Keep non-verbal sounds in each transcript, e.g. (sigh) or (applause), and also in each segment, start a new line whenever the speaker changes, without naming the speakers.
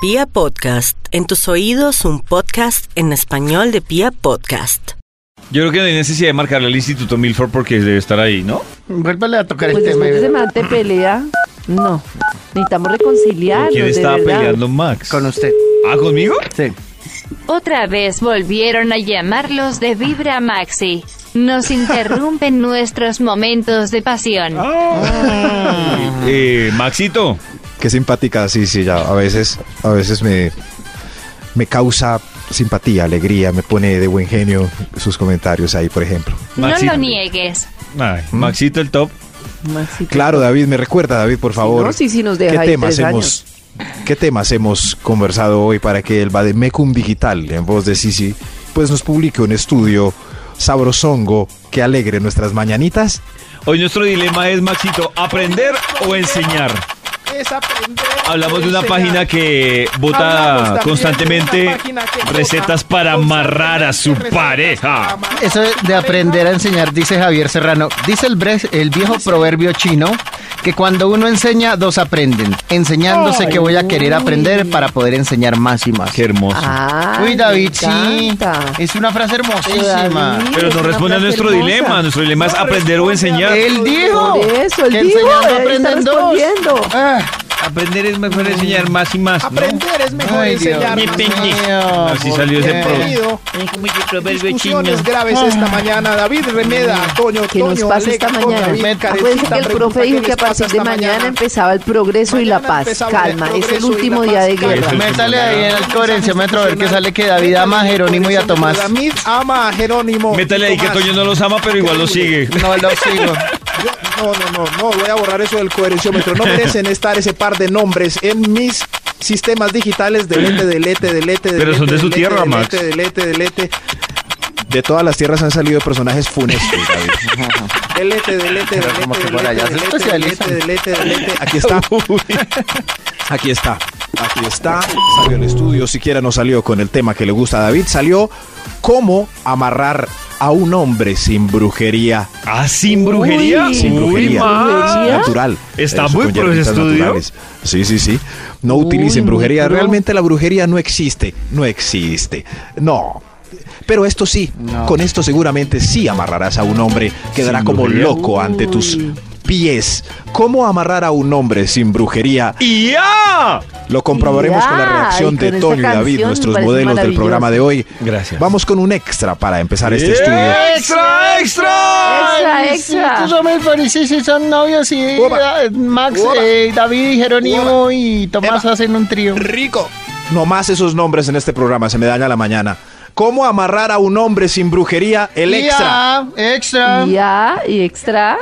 Pia Podcast, en tus oídos un podcast en español de Pia Podcast.
Yo creo que no hay necesidad de marcarle al Instituto Milford porque debe estar ahí, ¿no?
Vuélvale a tocar
Pues
el tema.
después de
y-
semana de pelea, no. Necesitamos
Ah,
reconciliarnos,
¿Quién
de
estaba
verdad.
peleando Max?
Con usted.
¿Ah, conmigo?
Sí.
Otra vez volvieron a llamarlos de Vibra Maxi. Nos interrumpen nuestros momentos de pasión.
Ah.
Eh, Maxito,
Qué simpática, sí, sí, ya. A veces, a veces me, me causa simpatía, alegría, me pone de buen genio sus comentarios ahí, por ejemplo.
no
Maxi-
lo niegues.
Ay,
¿Mm?
Maxito el top.
Maxito.
Claro, David, me recuerda, David, por favor.
no, sí, sí, nos deja
¿qué
ahí
temas
tres
hemos, ¿Qué temas hemos conversado hoy para que el Bademecum Digital, en voz de Sisi, pues nos publique un estudio sabrosongo que alegre nuestras mañanitas?
Hoy nuestro dilema es, Maxito, ¿aprender o enseñar?
Es aprender.
Hablamos de una
enseñar.
página que
Hablamos también
vota
de una
constantemente
página que vota
recetas para amarrar a su
constantemente
pareja.
recetas para
Eso de aprender a enseñar, dice Javier Serrano. Dice el, bre- el viejo proverbio chino que cuando uno enseña, dos aprenden. Enseñándose que voy a querer aprender para poder enseñar más y más.
Qué hermoso.
Ah,
Ay,
Uy,
me
David, sí.
encanta.
Es una frase hermosísima.
David,
Pero
es
no
una
responde a
frase
nuestro
hermosa.
dilema. Nuestro dilema es aprender o enseñar.
Él dijo
Por eso, él
que
dijo,
enseñando
él está
aprenden dos.
respondiendo.
Ah,
Aprender es mejor enseñar más y más.
Aprender es mejor
Ay, Dios
enseñar.
Ni
más.
peñe.
mío,
Así
¿por
salió ese
qué?
problema.
Bienvenido. Discusiones graves esta mañana. David Remeda, Toño,
¿Qué nos
Toño,
pasa
Alex,
esta
Toño,
mañana?
David,
Acuérdense
Karencita,
que el profe
pregunta, ¿qué
dijo que a
les pasa
partir de
esta
mañana empezaba el progreso y la
Mañana
paz.
empezaba el
Calma, es el
progreso y
último
la
día
paz.
de
Es
guerra.
el-
Métale ahí en el corenciómetro a ver que sale que David ama a Jerónimo y a Tomás.
David ama a Jerónimo. y
Métale ahí que
Tomás.
Toño no los ama, pero igual los sigue.
No lo sigo.
Yo- No, no, no, no, voy a borrar eso del coherenciómetro. No merecen estar ese par de nombres en mis sistemas digitales delete, delete, delete, delete.
Pero son de su
delete,
tierra,
delete,
Max.
Delete, delete,
De todas las tierras han salido personajes funestos, David.
delete, delete, delete,
como que
delete,
por allá se
delete, delete,
especializan.
delete, delete.
Aquí está. Aquí está. Aquí está. Salió el estudio. Siquiera no salió con el tema que le gusta a David. Salió cómo amarrar a un hombre sin brujería.
Ah, sin brujería.
Uy,
Sin brujería.
Max.
Natural.
Está
Eso
muy
con
pro ese
hierbitas
estudio.
naturales. Sí, sí, sí. No
Uy,
utilicen
muy
brujería.
pro.
Realmente la brujería no existe. No existe. No. Pero esto sí, con esto seguramente sí amarrarás a un hombre. Quedará
Sin
como
brujería.
loco ante tus pies. ¿Cómo amarrar a un hombre sin brujería?
¡Y ya!
Lo comprobaremos con la
Ya,
reacción
y con
de
esa
Toño y David,
canción
nuestros
parece
modelos del programa de hoy.
Gracias.
Vamos con un extra para empezar este estudio.
¡Extra, extra!
Extra,
Ay,
extra.
Estos hombres felices sí son novios y eh,
Upa.
Max,
Upa.
eh, David y Jerónimo
Upa.
y Tomás
Epa.
hacen un trío.
Rico.
No más esos nombres en este programa, se me daña la mañana. ¿Cómo amarrar a un hombre sin brujería? El extra.
Ya, extra.
Ya, y extra.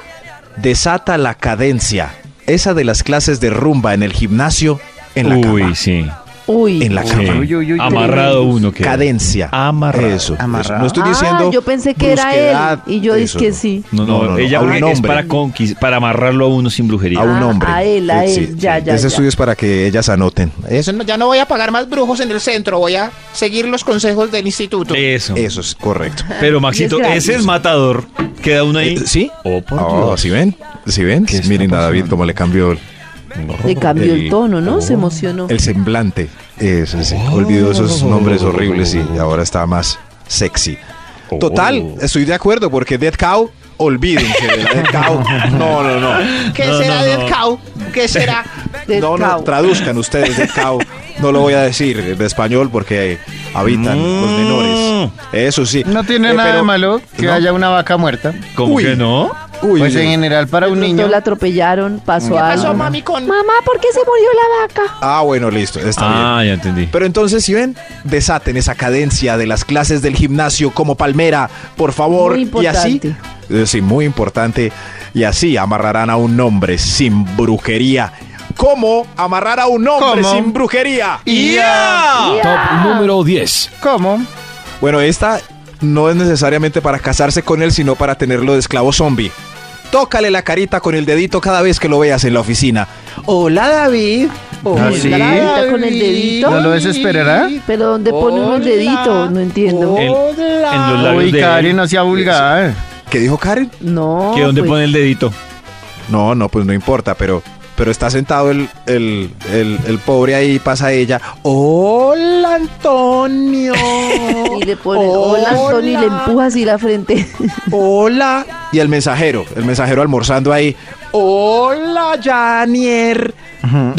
Desata la cadencia. Esa de las clases de rumba en el gimnasio, en la
Uy,
cama.
sí.
Uy.
En la
Sí.
cama.
uy, uy, uy.
Amarrado uno que.
Cadencia.
Amarrado.
Eso. eso.
Amarrado.
No estoy
Ah,
diciendo.
yo pensé que era él,
brusquedad,
y yo
eso
dije
no.
sí.
No, no,
No, no,
ella
a un
es
hombre.
para, conquis- para amarrarlo a uno sin brujería.
a un
Ah,
hombre.
a él, a él, ya, ya,
Ese
ya.
estudio es para que ellas anoten. Eso,
Eso no- ya no voy a pagar más brujos en el centro, voy a seguir los consejos del instituto.
Ah, Eso.
eso es correcto.
Pero Maxito,
Y es gratis.
ese es matador. Queda uno ahí.
Eh, ¿Sí?
Oh, por
Oh,
Dios.
¿Sí ven? ¿Sí ven?
¿Qué está
Miren a David
pasando?
cómo le cambió el,
Le cambió el tono, ¿no? Se emocionó. Oh.
el semblante. Eso, sí. Olvidó esos nombres horribles y ahora está más sexy.
Oh.
Total, estoy de acuerdo porque Dead Cow, olvídense de la Dead Cow. No, no, no.
¿Qué será del cow? ¿Qué será?
(laughs) Dead
no, no,
cow.
traduzcan ustedes Dead Cow. No lo voy a decir de español porque habitan los
Mm.
menores. Eso sí.
No tiene
Eh,
nada
pero-
de malo que
¿no?
haya una vaca muerta.
¿Cómo
Uy.
que no?
Uy,
Pues en
uy.
general para un
De pronto
niño.
la atropellaron, pasó
¿Qué
algo.
pasó, mami, con
Mamá, ¿por qué se murió la vaca?
Ah, bueno, listo. Está bien.
Ah, ya entendí.
Pero entonces, si ven, desaten esa cadencia de las clases del gimnasio como palmera, por favor.
Muy
Y
importante.
así, eh, sí, muy importante. Y así amarrarán a un hombre sin brujería. ¿Cómo amarrar a un hombre
¿Cómo?
sin brujería?
Ya.
¿Cómo?
Bueno, esta no es necesariamente para casarse con él, sino para tenerlo de esclavo zombie. Tócale la carita con el dedito cada vez que lo veas en la oficina. Hola, David.
Hola,
¿sí?
David, Pues ¿Con el dedito?
¿No lo desesperará?
Pero ¿dónde pone uno el dedito? No entiendo.
Oh.
El- en los labios
Uy,
de él,
Cari, no sea vulgar.
¿Qué dijo Karen?
No.
que dónde
pues,
pone el dedito.
No, no, pues no importa, pero pero está sentado el, el, el- el pobre ahí, pasa ella. ¡Hola, Antonio!
(laughs) Y le pone, hola Antonio, y le empuja así la frente. (laughs)
¡Hola! Y el mensajero, el mensajero almorzando ahí. ¡Hola, Janier!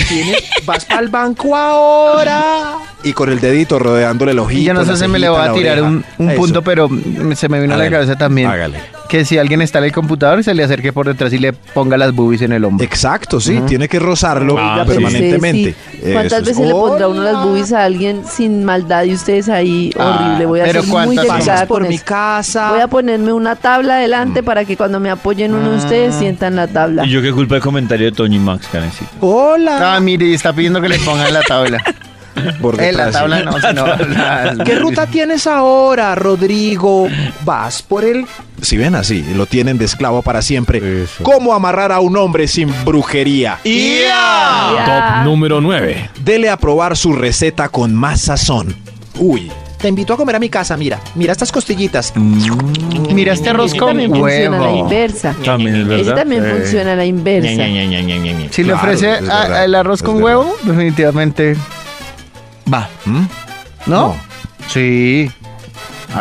¿Tienes- ¿Vas para el banco ahora? Y con el dedito rodeándole el ojito.
Y yo no
la
sé si me le
cejita,
voy a
la
tirar
oreja.
un, un
Eso.
punto, pero mm, se me vino a la
Hágale,
cabeza también.
hágale.
Que si alguien está en el computador, se le acerque por detrás y le ponga las boobies en el hombro.
Exacto, sí, tiene que rozarlo
Ah, sí.
permanentemente.
Sí, sí.
Eso
¿Cuántas
es.
veces le pondrá uno las
Hola.
boobies a alguien sin maldad y ustedes ahí
Ah,
horrible? Voy a
pero
ser muy
¿cuántas
delicada
pasas
con eso.
casa.
Voy a ponerme una tabla adelante para que cuando me apoyen uno de ustedes sientan la tabla.
¿Y yo qué culpa el comentario de Tony Max, Karencita?
Hola.
Ah, mire, está pidiendo que le pongan la
(laughs)
tabla.
Por
Eh, la
detrás,
tabla
sí. (laughs)
no, sino las-
¿Qué ruta tienes ahora, Rodrigo? Vas por el...
Si ven así, lo tienen de esclavo para siempre. ¿Cómo amarrar a un hombre sin brujería? Y
Ya.
Ah,
Top número 9.
dele a probar su receta con más sazón. Uy,
Te invito a comer a mi casa, mira. Mira estas costillitas.
Mm,
Mira este arroz
Ese
con
también funciona a la
huevo.
inversa.
También es
Ese
verdad.
también funciona a la inversa.
Si le
Claro,
ofrece
es
a-
verdad,
el arroz
es
con
verdad.
huevo, definitivamente va.
¿Mm?
¿No? Sí.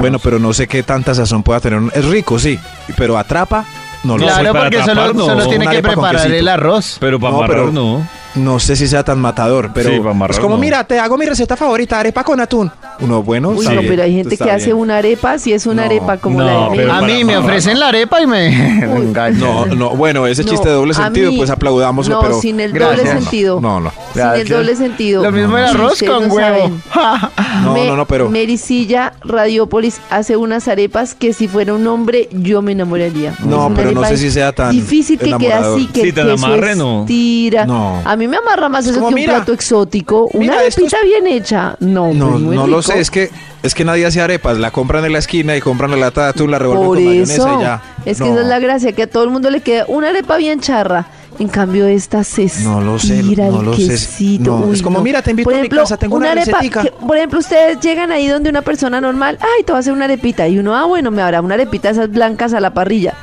bueno, pero no sé qué tanta sazón pueda tener. un- Es rico, sí, pero atrapa, no lo
Claro,
sé.
Claro,
para
porque
tapar,
solo,
no.
solo tiene
Una
que
arepa con
preparar
quesito.
el arroz.
Pero para
No,
amarrar,
pero-
no.
No sé si sea tan matador, pero
Sí, para amarrar,
es como,
no.
mira,
Mira, te hago mi receta favorita, arepa con atún.
uno bueno.
Uy,
está
no,
bien,
pero hay gente
está
que hace
bien.
una arepa, si es una
No,
arepa como
no,
la de
pero
México.
A
para
mí me
amarrar.
ofrecen la arepa y
(laughs)
me, me engañan.
No, no, bueno, ese
(laughs) No,
chiste de doble
a
sentido,
mí-
pues aplaudámoslo,
no,
pero
sin el
Gracias.
doble sentido.
No, no.
Sin el doble sentido.
Lo mismo el
Sí,
arroz
ustedes
con
no
huevo.
saben.
No,
Me-
no, no, pero-
Mericilla Radiopolis hace unas arepas que si fuera un hombre yo me enamoraría.
No,
Es una
pero no
arepa
sé si sea tan
Difícil que quede
enamorador.
así, que
Sí,
el
tan
queso
amarre, no.
estira.
No.
A mí me amarra más eso
como,
que un
mira,
plato exótico. Una
mira, esto
arepita bien hecha. No,
No,
pues muy
no lo
rico.
sé, es que es que nadie hace arepas, la compran en la esquina y compran la lata de atún, la revuelven
Por
con
eso.
mayonesa y ya.
Es que
No.
esa es la gracia, que a todo el mundo le queda una arepa bien charra. En cambio, esta se
No lo sé,
estira
no
el
lo sé.
quesito.
No, es como, mira, te invito
Por
a mi
ejemplo,
casa, tengo una
arepa
recetica.
que- por ejemplo, ustedes llegan ahí donde una persona normal, ay, te voy a hacer una arepita. Y uno, ah, bueno, me hará una arepita de esas blancas a la parrilla.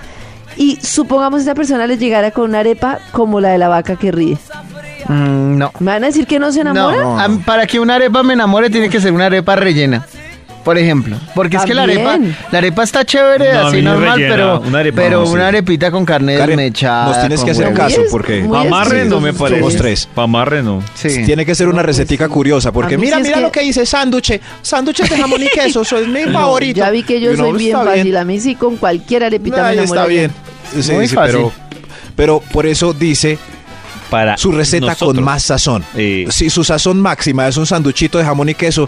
Y supongamos esa persona les llegara con una arepa como la de la vaca que ríe.
(laughs) Mm, no.
¿Me van a decir que no se
No,
enamora?
a- para que una arepa me enamore tiene que ser una arepa rellena. Por ejemplo, porque es que la arepa,
También.
la arepa está chévere,
No, a
así
mí no
normal,
rellena,
pero,
una arepa
pero
no, sí.
una arepita con carne
Karen,
desmechada.
nos tienes
con
que hacer
huevo.
caso
Muy
porque
es- muy
Para amarre,
exquisito
no me
ustedes.
parece.
Somos tres.
Para amarre, no.
Sí.
tiene que ser una recetica curiosa
pues,
porque
A mí
mira,
Mira,
Sí, es
mira
que-
lo que dice, sándwiches. Sándwiches de
(laughs)
jamón y queso, eso es mi favorito.
Ya vi que
Y
yo
uno,
soy bien
está bien.
fácil. A mí sí, con cualquier arepita
ahí
me
está
enamoraría.
bien. Sí,
Muy
sí,
fácil.
pero pero por eso dice
Para
su receta con
nosotros.
más sazón.
Eh.
Si su sazón máxima es un sanduchito de jamón y queso,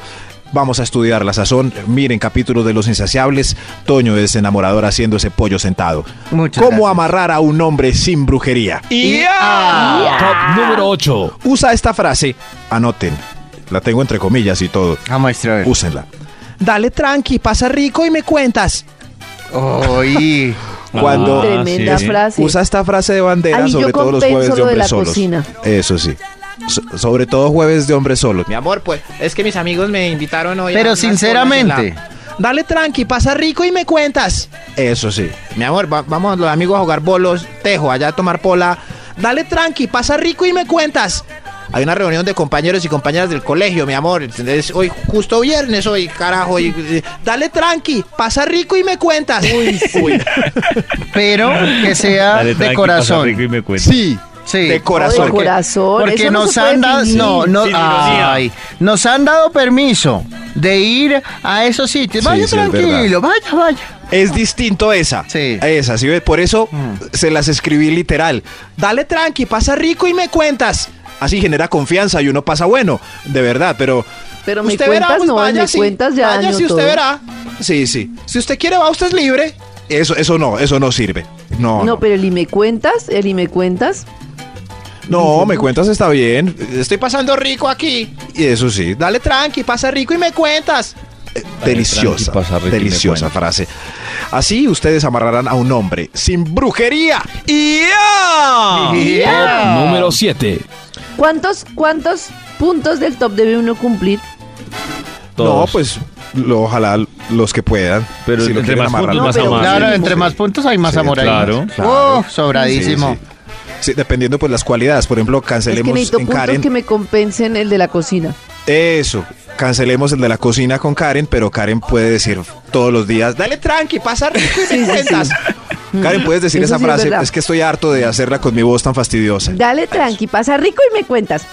vamos a estudiar la sazón. Miren capítulo de Los Insaciables. Toño es enamorador haciendo ese pollo sentado.
Muchas
¿Cómo
gracias.
amarrar a un hombre sin brujería?
Y
Ah.
Top número 8.
Usa esta frase. Anoten. La tengo entre comillas y todo.
Ah, maestro, a ver.
Úsenla.
Dale tranqui, pasa rico y me cuentas.
(laughs)
Uy.
Ah,
Cuando
Tremenda
sí.
frase.
usa esta frase de bandera,
Ahí yo
sobre todo los
compenso
jueves de
lo de
hombres
la
solos.
cocina.
Eso sí. So- sobre todo jueves de hombres solos.
Mi amor, pues, es que mis amigos me invitaron hoy. a
Pero
unas
sinceramente.
cosas en la- Dale tranqui, pasa rico y me cuentas.
Eso sí.
Mi amor, va- vamos los amigos a jugar bolos, tejo, allá a tomar pola. Dale tranqui, pasa rico y me cuentas. Hay una reunión de compañeros y compañeras del colegio, mi amor. Es hoy, justo viernes hoy, carajo. y- y- dale tranqui, pasa rico y me cuentas. (laughs) Uy,
Pero
(laughs)
que sea
Dale,
de
tranqui, pasa
corazón.
rico y me cuenta.
Sí.
Sí.
De
No,
corazón.
Oh, de corazón.
Porque
eso no
nos
se puede
han dado,
fingir.
no, no-
Sin ironía.
ay, nos han dado permiso de ir a esos sitios.
Sí,
Vaya
sí, es
tranquilo, vaya, vaya.
Es distinto esa.
Sí.
A Esa, ¿sí ves? Por eso se las escribí literal.
dale tranqui, pasa rico y me cuentas.
Así genera confianza y uno pasa bueno, de verdad, pero
Pero me
usted
cuentas,
verá, pues,
no,
vaya
me
si-
cuentas ya.
vaya
daño
si usted
todo.
verá.
sí, sí.
Si usted quiere, va, usted es libre.
Eso, eso no, eso no sirve. No,
No,
no,
pero el y me cuentas, el y me cuentas.
No, me cuentas está bien. Estoy
Estoy pasando rico aquí.
y eso sí, da-
Dale tranqui, pasa rico y me cuentas.
Eh,
tranqui,
deliciosa,
pasa rico y me
deliciosa
cuentas.
frase. Así ustedes amarrarán a un hombre sin brujería. Y
Ah,
Top número 7.
¿Cuántos, cuántos puntos del top debe uno cumplir?
no,
Todos.
pues lo- ojalá los que puedan.
Pero
si lo
entre
quieren
más
amarrar.
puntos,
No,
más
pero
amarre.
Claro,
sí,
entre
sí.
más puntos hay más
Sí,
amor ahí.
claro.
Oh, sobradísimo.
Sí, sí. Sí, dependiendo pues las cualidades. Por ejemplo,
Es que
cancelemos
necesito
en
puntos
Karen.
que me compensen el de la cocina.
Eso. Cancelemos el de la cocina con Karen, pero Karen puede decir todos los días, dale tranqui, pasa rico
(laughs)
y me cuentas". Karen, puedes decir
Mm. Eso
esa
sí es
frase,
verdad.
es, que estoy harto de hacerla con mi voz tan fastidiosa.
Dale tranqui, pasa rico y me cuentas.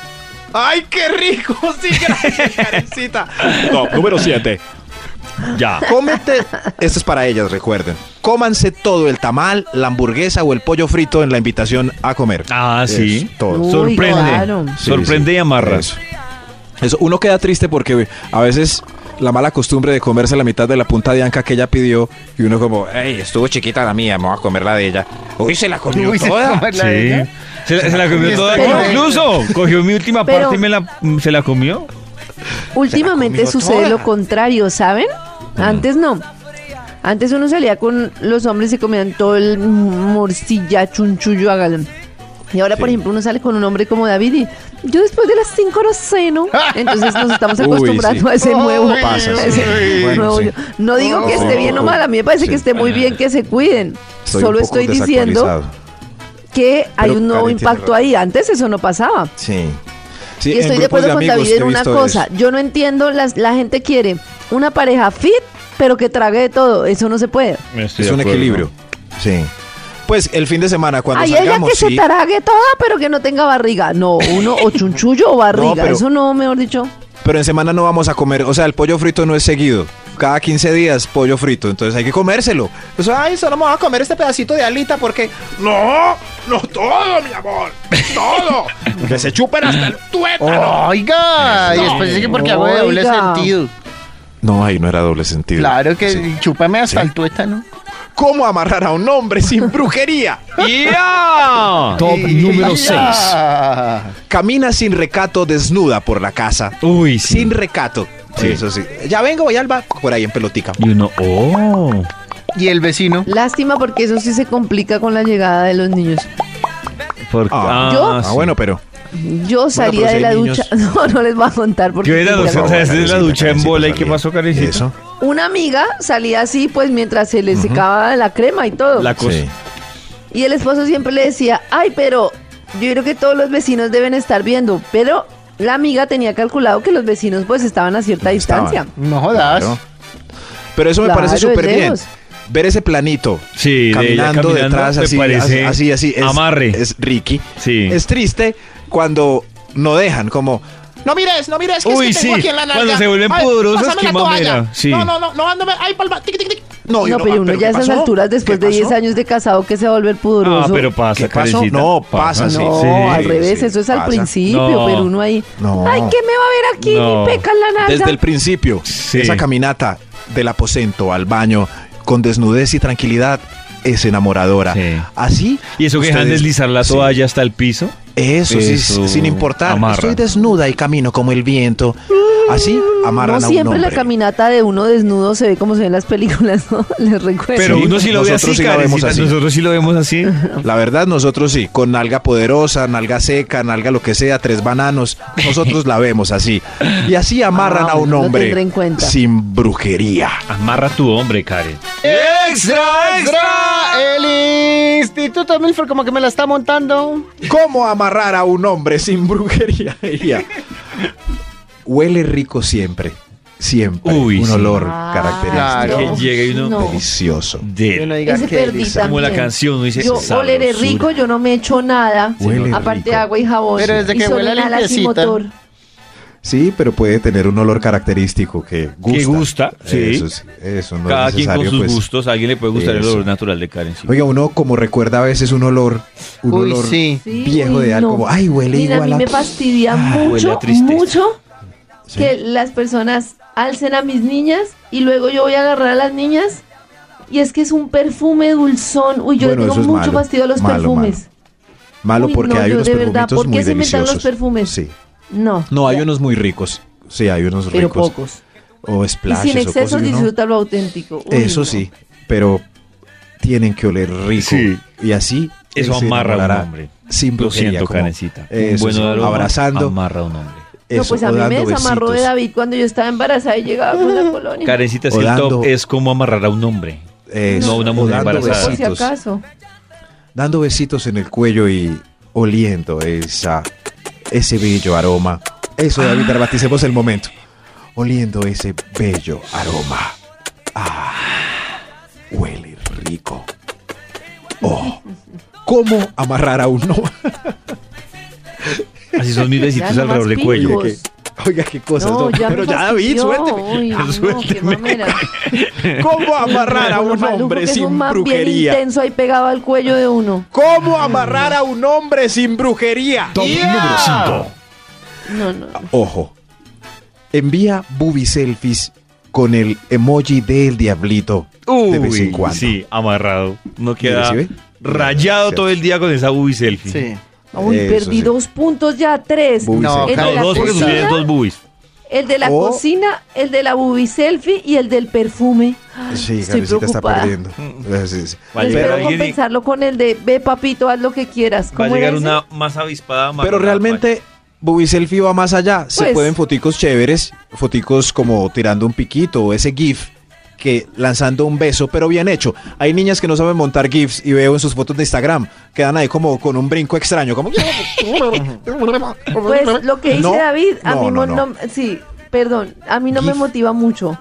¡Ay,
(laughs)
qué rico! Sí, gracias, Karencita.
número 7. Ya.
Cómete, esto es para ellas, recuerden. Cómanse todo el tamal, la hamburguesa o el pollo frito en la invitación a comer.
Ah, sí.
Es todo.
Uy,
Sorprende.
claro.
Sí,
Sorprende
sí.
y amarras.
Eso. Eso, Uno queda triste porque a veces la mala costumbre de comerse la mitad de la punta de anca que ella pidió y uno como, hey, estuvo chiquita la mía, me voy a comer la de ella. Uy, se la comió
Uy, se
toda. Este
come la de
Sí.
ella.
Se la, se la comió toda.
Pero-
No, incluso cogió mi última
Pero-
parte y me la, se la comió.
Últimamente sucede lo contrario, ¿saben? Antes no. Antes uno salía con los hombres y comían todo el morcilla, chunchullo, hágalo. Y ahora, por ejemplo, uno sale con un hombre como David y yo después de las 5 no
(laughs)
ceno. Entonces nos estamos
Uy,
acostumbrando
sí.
a ese nuevo.
Pasa,
a
sí.
ese
Bueno,
nuevo
sí.
yo. No digo que
Sí.
esté bien o mal, a mí me parece
Sí.
que esté muy bien que se cuiden.
Estoy un
Solo
poco
estoy diciendo
desactualizado.
que hay
Pero
un nuevo
Karen tiene
impacto
razón.
ahí. Antes eso no pasaba.
Sí. Sí,
Y
en
estoy de
grupos
acuerdo con
amigos
David
he
en una
visto
cosa.
eso.
Yo no entiendo, las, la gente quiere una pareja fit, pero que trague de todo. Eso no se puede.
Estoy
es
de
un
acuerdo.
equilibrio. Sí. Pues el fin de semana cuando
Hay ella
salgamos,
que se
sí.
trague toda, pero que no tenga barriga. No, uno
(laughs)
o chunchullo o barriga.
pero-
Eso no, mejor dicho.
Pero en semana no vamos a comer, o sea, el pollo frito no es seguido. Cada 15 días pollo frito, entonces hay que comérselo.
Pues, ay, solo me voy a comer este pedacito de alita porque. ¡No! ¡No todo, mi amor! ¡Todo! que se chupen hasta el tuétano.
Oiga, y después dice porque hago de doble
Oiga.
sentido.
(laughs) No, ahí no era doble sentido.
Claro que
Sí.
chúpame hasta el tuétano.
¿Cómo amarrar a un hombre sin brujería?
¡Ya!
Top número 6.
Ya.
Camina sin recato desnuda por la casa.
Uy,
Sin
sí.
recato.
Sí.
Eso sí. Ya vengo, voy al bar. Por ahí en pelotica.
Y uno, oh.
Y el vecino.
Lástima porque eso sí se complica con la llegada de los niños.
Porque,
Ah,
¿Yo?
Ah,
sí.
bueno, pero.
Yo salía
pero si
de la
hay niños-
ducha. (laughs) No, no les voy a contar porque.
Yo era
tengo
docente,
la-
o sea, es de la
Karencita,
ducha en
Karencita,
bola. ¿Y qué
salía.
pasó, Karencita?
Eso.
Una amiga salía así, pues mientras se le secaba la crema y todo.
La cosa.
Sí.
Y el esposo siempre le decía, ay, pero yo creo que todos los vecinos deben estar viendo, pero la amiga tenía calculado que los vecinos pues estaban a cierta
No estaban.
distancia.
No jodas.
Claro. Pero eso me
Claro,
parece
es
súper bien.
lejos.
Ver ese planito.
Sí, de ella
caminando,
caminando,
detrás,
me
así,
parece
así, así. Es,
amarre.
Es Ricky.
Sí.
Es triste cuando no dejan, como.
No mires, no mires, que
Uy,
es que
sí.
tengo aquí en la nalga.
Cuando se vuelven
Ay,
pudorosos,
pásame
qué
la toalla.
mamera. Sí.
No, no, no, no, ándame. Ay, palma. Tic, tic, tic.
No,
No,
y
pero
ah,
uno ya
¿qué
a esas
pasó?
alturas, después
¿Qué
de 10
pasó?
años de casado, que se va a volver
Ah,
pudoroso.
pero pasa,
¿Qué pasó?
Karencita.
No, pasa, ah, sí.
no, al
sí,
revés,
sí,
eso es al
pasa.
principio,
No.
pero uno ahí,
No.
ay, ¿qué me va a ver aquí?
No.
Ni peca en la nalga.
Desde el principio,
Sí.
esa caminata del aposento al baño con desnudez y tranquilidad es enamoradora.
Sí.
Así.
Y eso que dejan
ustedes-
deslizar la
Sí.
toalla hasta el piso.
Eso, sí,
Eso
sin importar.
amarra.
Estoy desnuda y camino como el viento. Así amarran
Mm, No
a un
siempre la
hombre.
caminata de uno desnudo se ve como se ve en las películas, (laughs) ¿no? Les recuerdo.
Pero uno sí lo ve
nosotros
así,
sí la vemos
Karencita,
así.
Nosotros sí lo vemos así.
La verdad, nosotros sí, con nalga poderosa, nalga seca, nalga lo que sea, tres bananos, nosotros la vemos así. Y así amarran
Ah,
a un
bueno, lo
hombre
tendré en cuenta.
sin brujería.
(laughs) Amarra tu hombre, Karen.
¡Extra, extra! El Instituto Milford como que me la está montando.
¿Cómo amarrar a un hombre sin brujería? (laughs) Huele rico siempre, siempre.
Uy,
un
sí.
olor
Ah,
característico.
claro.
Que llega y uno.
No.
Delicioso.
Yo no
De.
diga
Ese
que
perdí
Elisa.
Como la
También.
canción, uno dice.
Yo
"Sabrosura".
oleré rico, yo no me echo nada.
Huele
aparte
rico.
agua y jabón.
Pero desde
Y
que
solo
huela
inhala sin
limpiecita.
motor.
Sí, pero puede tener un olor característico que gusta.
Que gusta, sí.
Eso, sí, eso no
Cada
es
quien con
necesario,
sus
pues.
gustos. A alguien le puede gustar el
Eso.
olor natural de Karen. sí.
Oiga, uno como recuerda a veces un olor, un
Uy,
olor
sí.
Sí,
viejo
uy,
de algo,
no.
como, ay, huele
Mira,
igual
a
a... Ah,
mí me fastidia
huele a
mucho,
tristeza.
mucho que las personas alcen a mis niñas y luego yo voy a agarrar a las niñas y es que es un perfume dulzón. Uy, yo
Bueno,
le
eso
tengo
es
mucho
malo,
fastidio a los
malo,
perfumes.
Malo
Uy,
porque
no,
hay
yo
unos
de verdad,
perfumitos
¿por qué
muy
se inventan los
deliciosos.
perfumes?
Sí.
No.
No, hay
ya,
unos muy ricos. Sí, hay unos
Pero
ricos.
pocos.
O
Y
splashes
sin
o cosas
excesos
que uno-
disfruta lo auténtico. Uy,
Eso
no.
sí, pero tienen que oler rico.
Sí.
Y así...
Eso
él se
amarra a un
enamorará
hombre.
Sin
Lo
brujería,
siento,
como-
Karencita. Un
Eso
buen
sí,
olor
abrazando.
Amarra a un hombre.
No,
eso,
pues
o
a mí me
dando
desamarró de
besitos.
David cuando yo estaba embarazada y llegaba con
(laughs)
la colonia.
Karencita, es
O
que el
dando-
top es como amarrar a un hombre.
Eso,
No, una
o
mujer
dando
Pero
embarazada.
por si
besitos.
acaso.
dando besitos en el cuello y oliendo esa, ese bello aroma. Eso,
Ah.
David, dramaticemos el momento. Oliendo ese bello aroma. Ah, huele rico. Oh, ¿cómo amarrar a uno?
Así son mis besitos
Ya,
alrededor
nomás
del cuello.
picos.
Oiga, qué cosas.
No,
don-
ya me
Pues Pero ya, David,
fastidió.
suélteme.
Ay, no, qué
Suélteme.
mamera.
¿Cómo amarrar a
Lo
un
maluco que
hombre
es un
sin
man bien
brujería?
intenso ahí pegado al cuello de uno.
¿Cómo amarrar a un hombre sin brujería?
Top número 5.
No, no.
Ojo. Envía booby selfies con el emoji del diablito de vez en
Uy,
cuando.
Sí, amarrado. No queda
¿Sí ve?
rayado
Sí.
todo el día con esa boobie selfie.
Sí.
Uy,
Eso
perdí
sí.
dos puntos ya, tres.
Booby
No,
selfie.
¿El de
No,
la
dos porque tú
cocina?
tienes dos boobies.
El de la
O-
cocina, el de la bubi selfie y el del perfume. Ay,
Sí,
estoy
Karencita está
preocupada. Mm.
perdiendo. Sí, sí.
Va a llegar
Espero
alguien y-
compensarlo con el de ve papito, haz lo que quieras.
Va a
¿Cómo
llegar
era ese?
una más avispada.
Pero
amarrada,
realmente Booby Selfie va más allá. Se
Pues-
pueden foticos chéveres, foticos como tirando un piquito o ese GIF que lanzando un beso, pero bien hecho. Hay niñas que no saben montar GIFs y veo en sus fotos de Instagram, quedan ahí como con un brinco extraño, como...
Pues lo que dice
No,
David, a
no,
mí
no,
no,
no.
no- sí, perdón, a mí no me
Gif.
motiva mucho.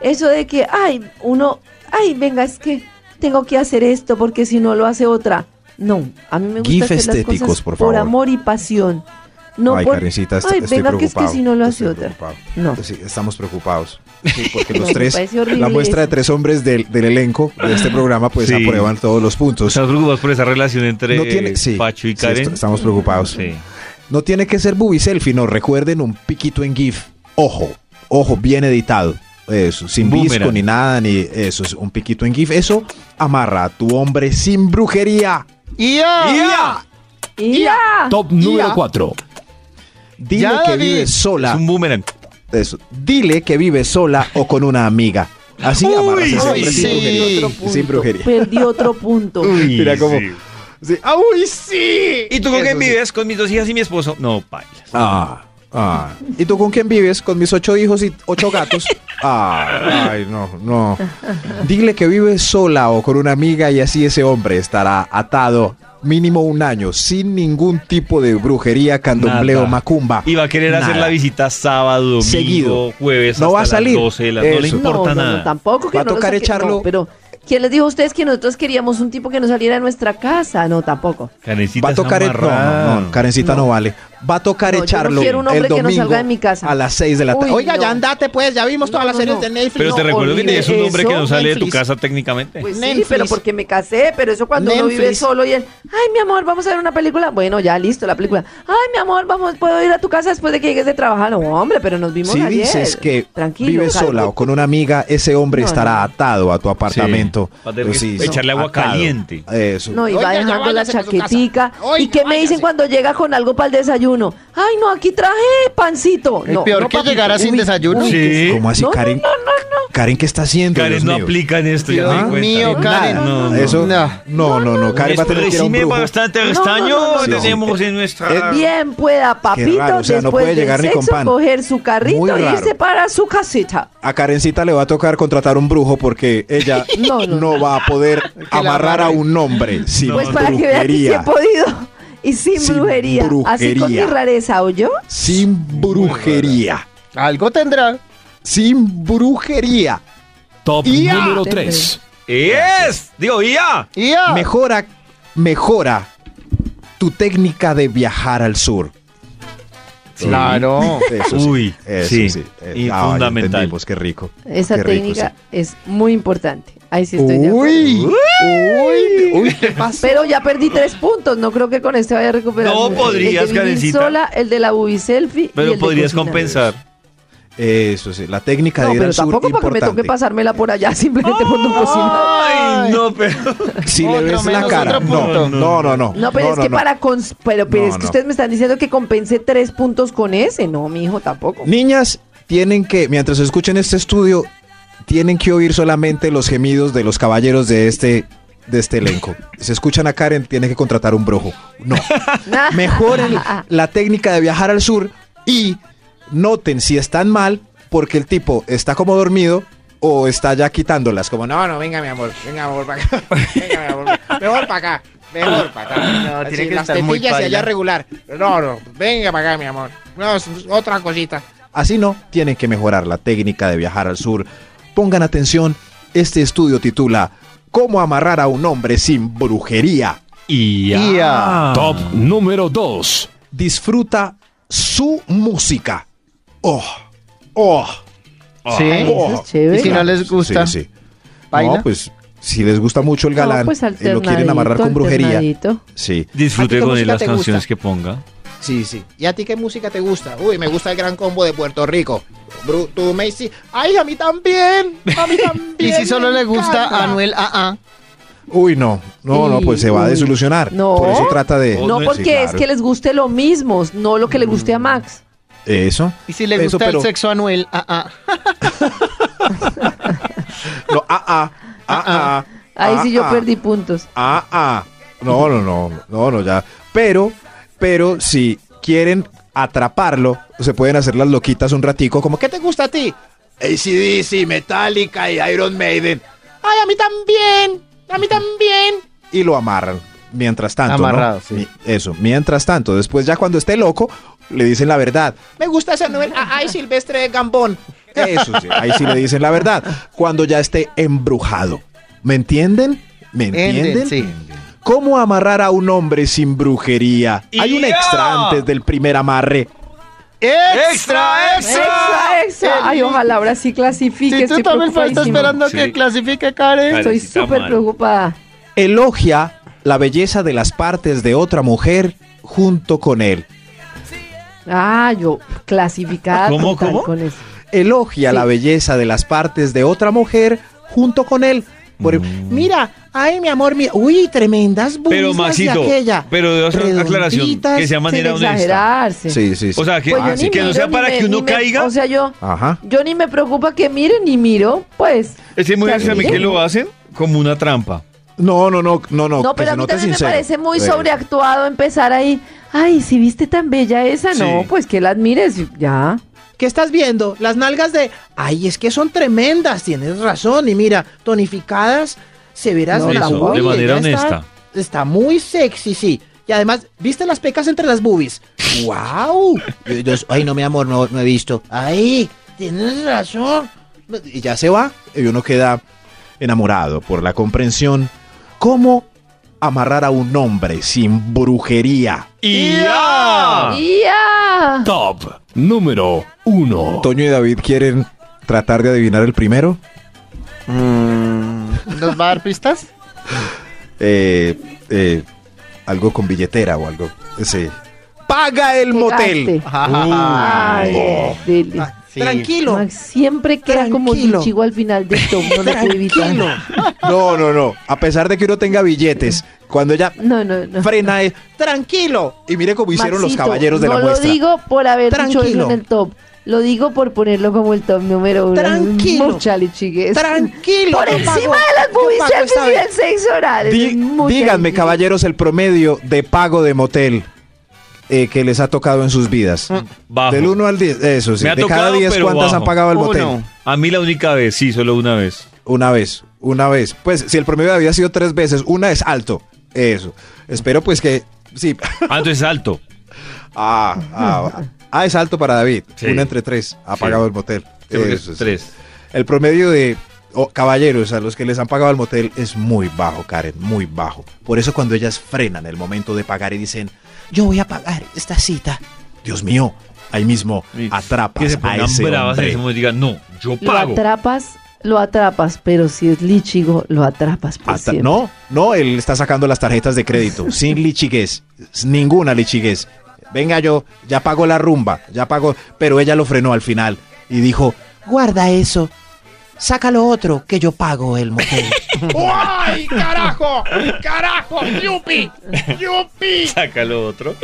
Eso de que, ay, uno, ay, venga, es que tengo que hacer esto porque si no lo hace otra. No, a mí me gusta
Gif
hacer las
estéticos,
cosas
por favor.
amor y pasión. (laughs) No
Ay,
por,
Karencita, est-
ay,
estoy
venga, que es que
preocupado.
si no lo hace
Estoy
otra.
preocupado.
No.
Sí, estamos preocupados.
(laughs)
Sí, porque
No,
los
me
tres,
parece horrible
la muestra de
eso.
tres hombres del, del elenco de este programa, pues
Sí.
aprueban todos los
pues.
puntos.
Estás preocupados por esa relación entre
No tiene-
eh,
sí,
Pacho y
sí,
Karen.
est- estamos preocupados.
Sí.
No tiene que ser booby selfie, no. Recuerden un piquito en GIF. Ojo, ojo, bien editado. Eso, sin
Boomerang.
visco ni nada, ni eso. Es un piquito en GIF. Eso amarra a tu hombre sin brujería.
¡Ya!
¡Ya!
Y ya.
Top número 4.
Dile
Ya,
que
David.
vive
Es
sola.
un boomerang.
Eso. Dile que vive sola o con una amiga. Así amarras a ese
uy,
hombre sin
sí.
brujería.
Otro
Sin
punto.
brujería.
Perdí otro punto.
Uy,
(laughs) Mira cómo.
sí.
Sí. ¡Ah, uy, sí!
¿Y tú con
Eso
quién
sí.
vives? Con mis dos hijas y mi esposo. No, pailas.
Ah, ah. ¿Y tú con quién vives? Con mis ocho hijos y ocho gatos. (laughs) Ah, ay, no, no. Dile que vives sola o con una amiga y así ese hombre estará atado mínimo un año sin ningún tipo de brujería, candombleo,
Nada.
macumba.
Y va a querer hacer
Nada.
la visita sábado, domingo,
Seguido.
jueves,
No
hasta
va a
las
salir.
12 de la- No le
Eso.
importa nada.
tampoco que
Va a
no lo
tocar
saque-
echarlo-
no, pero ¿quién les dijo a ustedes que nosotros queríamos un tipo que no saliera de nuestra casa? No, tampoco.
Karencita
Va a
está
tocar el, no,
amarrada.
no, no, Karencita no. vale. Va a tocar
No, yo no
echarlo
quiero un hombre
el
que no
domingo
salga de mi casa.
a las 6 de la
Uy,
tarde.
Oiga,
no.
ya andate pues, ya vimos todas
No,
las
no,
series
no.
de Netflix.
Pero te
No,
recuerdo que
olvide
tienes un hombre que
eso,
no sale de tu
Netflix.
casa técnicamente.
Pues sí,
Netflix.
pero porque me casé, pero eso cuando uno vive
Netflix.
solo y él, ay mi amor, vamos a ver una película. Bueno, ya listo la película. Ay mi amor, vamos, puedo ir a tu casa después de que llegues de trabajar. No, hombre, pero nos vimos
Si
ayer.
dices que
Tranquilo,
vives
calma.
sola o con una amiga, ese hombre
No,
estará
no.
atado a tu apartamento. Pues
Va a tener que
Sí, sí,
echarle agua
atado.
caliente.
Eso.
No, y
Oiga,
va
ya
dejando la
váyase para su
chaquetica.
casa. Oiga,
¿Y qué me dicen
váyase.
cuando llega con algo para el desayuno? Ay, no, aquí traje pancito.
El
no,
peor
no,
que
papito.
llegara sin
Uy,
desayuno.
uy,
Sí.
que
¿Cómo así,
No, no,
Karen?
no, no,
Karen, ¿qué está haciendo? Dios
Karen no
mío?
aplica en esto. ya
Dios
me di cuenta.
mío, Karen.
Nada,
No,
no, Este
Eso,
no.
no, no, no, Karen va a tener que ir a un
régimen
brujo.
bastante
no,
extraño
no, no,
no.
tenemos en nuestra...
no. Bien pueda, papito,
raro, o sea, no
después
puede
del
llegar ni
sexo,
con pan.
coger su
Muy
carrito e
raro.
irse para su casita.
A Karencita le va a tocar contratar un brujo porque ella no,
(laughs) No, no.
va
(laughs)
a poder
la
amarrar a
amarre.
un hombre sin
No,
Pues
brujería.
para que vean que sí he podido. Y sin,
Sin
brujería. Así con mi
brujería.
rareza, ¿oyó?
Sin brujería.
Algo tendrá.
Sin brujería.
Top
Ya.
número 3.
¡Es! Digo, ¡ya!
¡Ya!
Mejora, mejora tu técnica de viajar al sur.
Claro.
Eso sí,
Uy,
eso
sí,
sí. Eh,
y
ah, ya
fundamental.
entendimos, qué rico.
Esa
Qué rico,
técnica
sí.
es muy importante. Ahí sí estoy de acuerdo.
Uy, uy, uy, ¿qué pasa?
Pero ya perdí tres puntos. No creo que con este vaya a recuperar.
No
El de
podrías,
vivir
Karencita.
sola, el de la bubi selfie. y el
Pero
de
podrías
cocinar.
compensar.
Eso sí, la técnica
No,
de ir
pero
al sur
tampoco para que me
importante.
toque pasármela por allá (laughs) simplemente por no cocinar.
¡Ay, no, pero...
Si le
Otro
ves la
menos,
cara.
otro
No,
punto.
no, no, no.
No, pero es que para cons- pero, pero
No,
es que
no.
ustedes me están diciendo que compensé tres puntos con ese. No, mi hijo tampoco.
Niñas tienen que, mientras escuchen este estudio, tienen que oír solamente los gemidos de los caballeros de este de este elenco. Si escuchan a Karen, tienen que contratar un brujo. No.
Nah.
Mejoren la técnica de viajar al sur y noten si están mal porque el tipo está como dormido o está ya quitándolas. Como no,
(laughs) No, no, venga mi amor, venga mi amor para acá. Venga mi amor, mejor para acá. Mejor para acá.
No, tiene
Así,
que
las
estar muy
tetillas y allá
paila.
regular. No, no, venga para acá, mi amor. No, es otra cosita.
Así no, tienen que mejorar la técnica de viajar al sur. Pongan atención, este estudio titula ¿Cómo amarrar a un hombre sin brujería?
Y
Ya.
Top número 2.
Disfruta su música. Oh, oh.
Sí.
Eso es chévere.
Y si no les gusta,
Sí, sí.
¿Baila?
No, pues si les gusta mucho el
No,
galán,
pues
eh, lo quieren amarrar con
alternadito,
brujería.
alternadito.
Sí.
¿A ti
Disfrute
qué
con él
música
las
te gusta?
canciones que ponga.
Sí, sí. ¿Y a ti qué música te gusta? Uy, me gusta el gran combo de Puerto Rico. Bru- tú, Macy. ¡Ay, a mí también! ¡A mí también!
(laughs) Y si solo
me
le gusta
encanta!
a Anuel AA.
Uy, no. No, no, pues se va a
Uy,
desilusionar.
no.
Por eso trata de.
Oh,
No,
no,
porque
sí, claro.
es que les guste lo mismo, no lo que le guste a Max.
Eso.
Y si le
Eso,
gusta
pero-
el sexo a Anuel AA.
No, ah, ah. Ah, ah.
Ahí sí
ah,
yo
ah.
perdí puntos.
Ah, ah. No, no, no, no, no, ya. Pero, pero si quieren atraparlo, se pueden hacer las loquitas un ratico, como
¿Qué
que
te gusta a ti? ACDC, Metallica y Iron Maiden. ¡Ay, a mí también! ¡A mí también!
y lo amarran. Mientras tanto, ¿no?
Amarrado, sí.
Mi- Eso, mientras tanto. Después, ya cuando esté loco, le dicen la verdad.
Me gusta esa novela. Ah, ¡Ay, Silvestre de Gambón!
Eso sí, ahí sí le dicen la verdad. Cuando ya esté embrujado. ¿Me entienden? ¿Me entienden?
Enden, sí.
¿Cómo amarrar a un hombre sin brujería? Hay un extra antes del primer amarre.
¡Extra,
Extra, extra. Ay, ojalá ahora sí clasifique.
Si tú
estoy
también estás
preocupadísima.
esperando
Sí.
que clasifique Karen.
Estoy
Karencita
súper
mal.
preocupada.
Elogia la belleza de las partes de otra mujer junto con él.
Ah, yo clasificada
¿Cómo,
total
cómo?
con eso.
Elogia
Sí.
la belleza de las partes de otra mujer junto con él. Por-
Mira, ay, mi amor, mi... uy, tremendas boobies
Mm. Pero,
las
Maxito,
de aquella.
pero debo hacer una aclaración que sea
Sin
manera honesta.
exagerarse.
Sí, sí, sí.
O sea, que,
Pues yo ni
que no
miro,
sea
ni
para
me-
que uno
ni me-
caiga.
o sea, yo,
Ajá.
yo ni me preocupa que miren ni miro, pues.
es que hay mujeres que a mí
Mire.
que lo hacen como una trampa.
No, no, no, no,
No,
no. que se
pero a mí
note
también
sincero.
me parece muy
Sí.
sobreactuado empezar ahí. Ay, si viste tan bella esa, no,
Sí.
pues que la admires, ya.
¿Qué estás viendo? Las nalgas de... Ay, es que son tremendas, tienes razón. Y mira, tonificadas, se verás
No,
una
eso,
boobie,
de manera
ya está-
honesta.
Está, muy sexy, sí. Y además, ¿viste las pecas entre las boobies? ¡Wow! ay, no, mi amor, no, no he visto. Ay, tienes razón.
y ya se va y uno queda enamorado por la comprensión cómo amarrar a un hombre sin brujería.
¡Y Ah.
¡Ya!
Top número 1.
Toño y David quieren tratar de adivinar el primero.
¿Nos va a dar
(laughs)
pistas?
Eh, eh, algo con billetera o algo. Sí. Paga el motel.
Llegaste. Ay, deli.
Sí.
Tranquilo.
Max siempre queda como
Tranquilo.
chivo al final del top, no lo puedo evitar.
Tranquilo.
No, no, no. A pesar de que uno tenga billetes, cuando ella
No, no, no.
frena es-
Tranquilo.
Y mire cómo hicieron los
Maxito,
caballeros de
no
la muestra.
lo digo por haber dicho eso
Tranquilo.
en el top. Lo digo por ponerlo como el top número uno.
Tranquilo.
Muchale, chiques.
Tranquilo.
Por
yo
encima
pago-
de las
yo pago
boobies
esta
selfies y
vez.
el sexo oral.
Di-
Es mucha
díganme,
chiquis.
caballeros, el promedio de pago de motel eh, que les ha tocado en sus vidas.
Mm. Bajo.
Del 1 al 10, eso sí.
Me ha
de cada
tocado,
10,
pero
¿cuántas
bajo.
han pagado el motel?
Uno.
A mí la única vez, sí, solo una vez.
Una vez, una vez. Pues si el promedio de vida ha sido tres veces, una es alto. Eso. Espero pues que... Sí.
Ah, entonces alto.
Ah, ah, ah, es alto para David.
Sí.
Una entre tres ha
Sí.
pagado el motel.
Creo que
Eso sí.
tres.
El promedio de oh, caballeros a los que les han pagado el motel es muy bajo, Karen, muy bajo. Por eso cuando ellas frenan el momento de pagar y dicen,
Yo voy a pagar esta cita.
Dios mío, ahí mismo atrapas
Que se
a
pongan
ese
bravas en
hombre.
ese momento y digan, no, yo
Lo
pago.
atrapas, lo atrapas, pero si es lichigo, lo atrapas por
Hasta-
siempre.
no, no, él está sacando las tarjetas de crédito, sin lichiguez, s- ninguna lichiguez. Venga yo, ya pago la rumba, ya pago, pero ella lo frenó al final y dijo,
Guarda eso. Sácalo otro que yo pago el motel.
¡Ay, carajo! ¡Carajo! ¡Yupi! ¡Yupi!
Sácalo otro.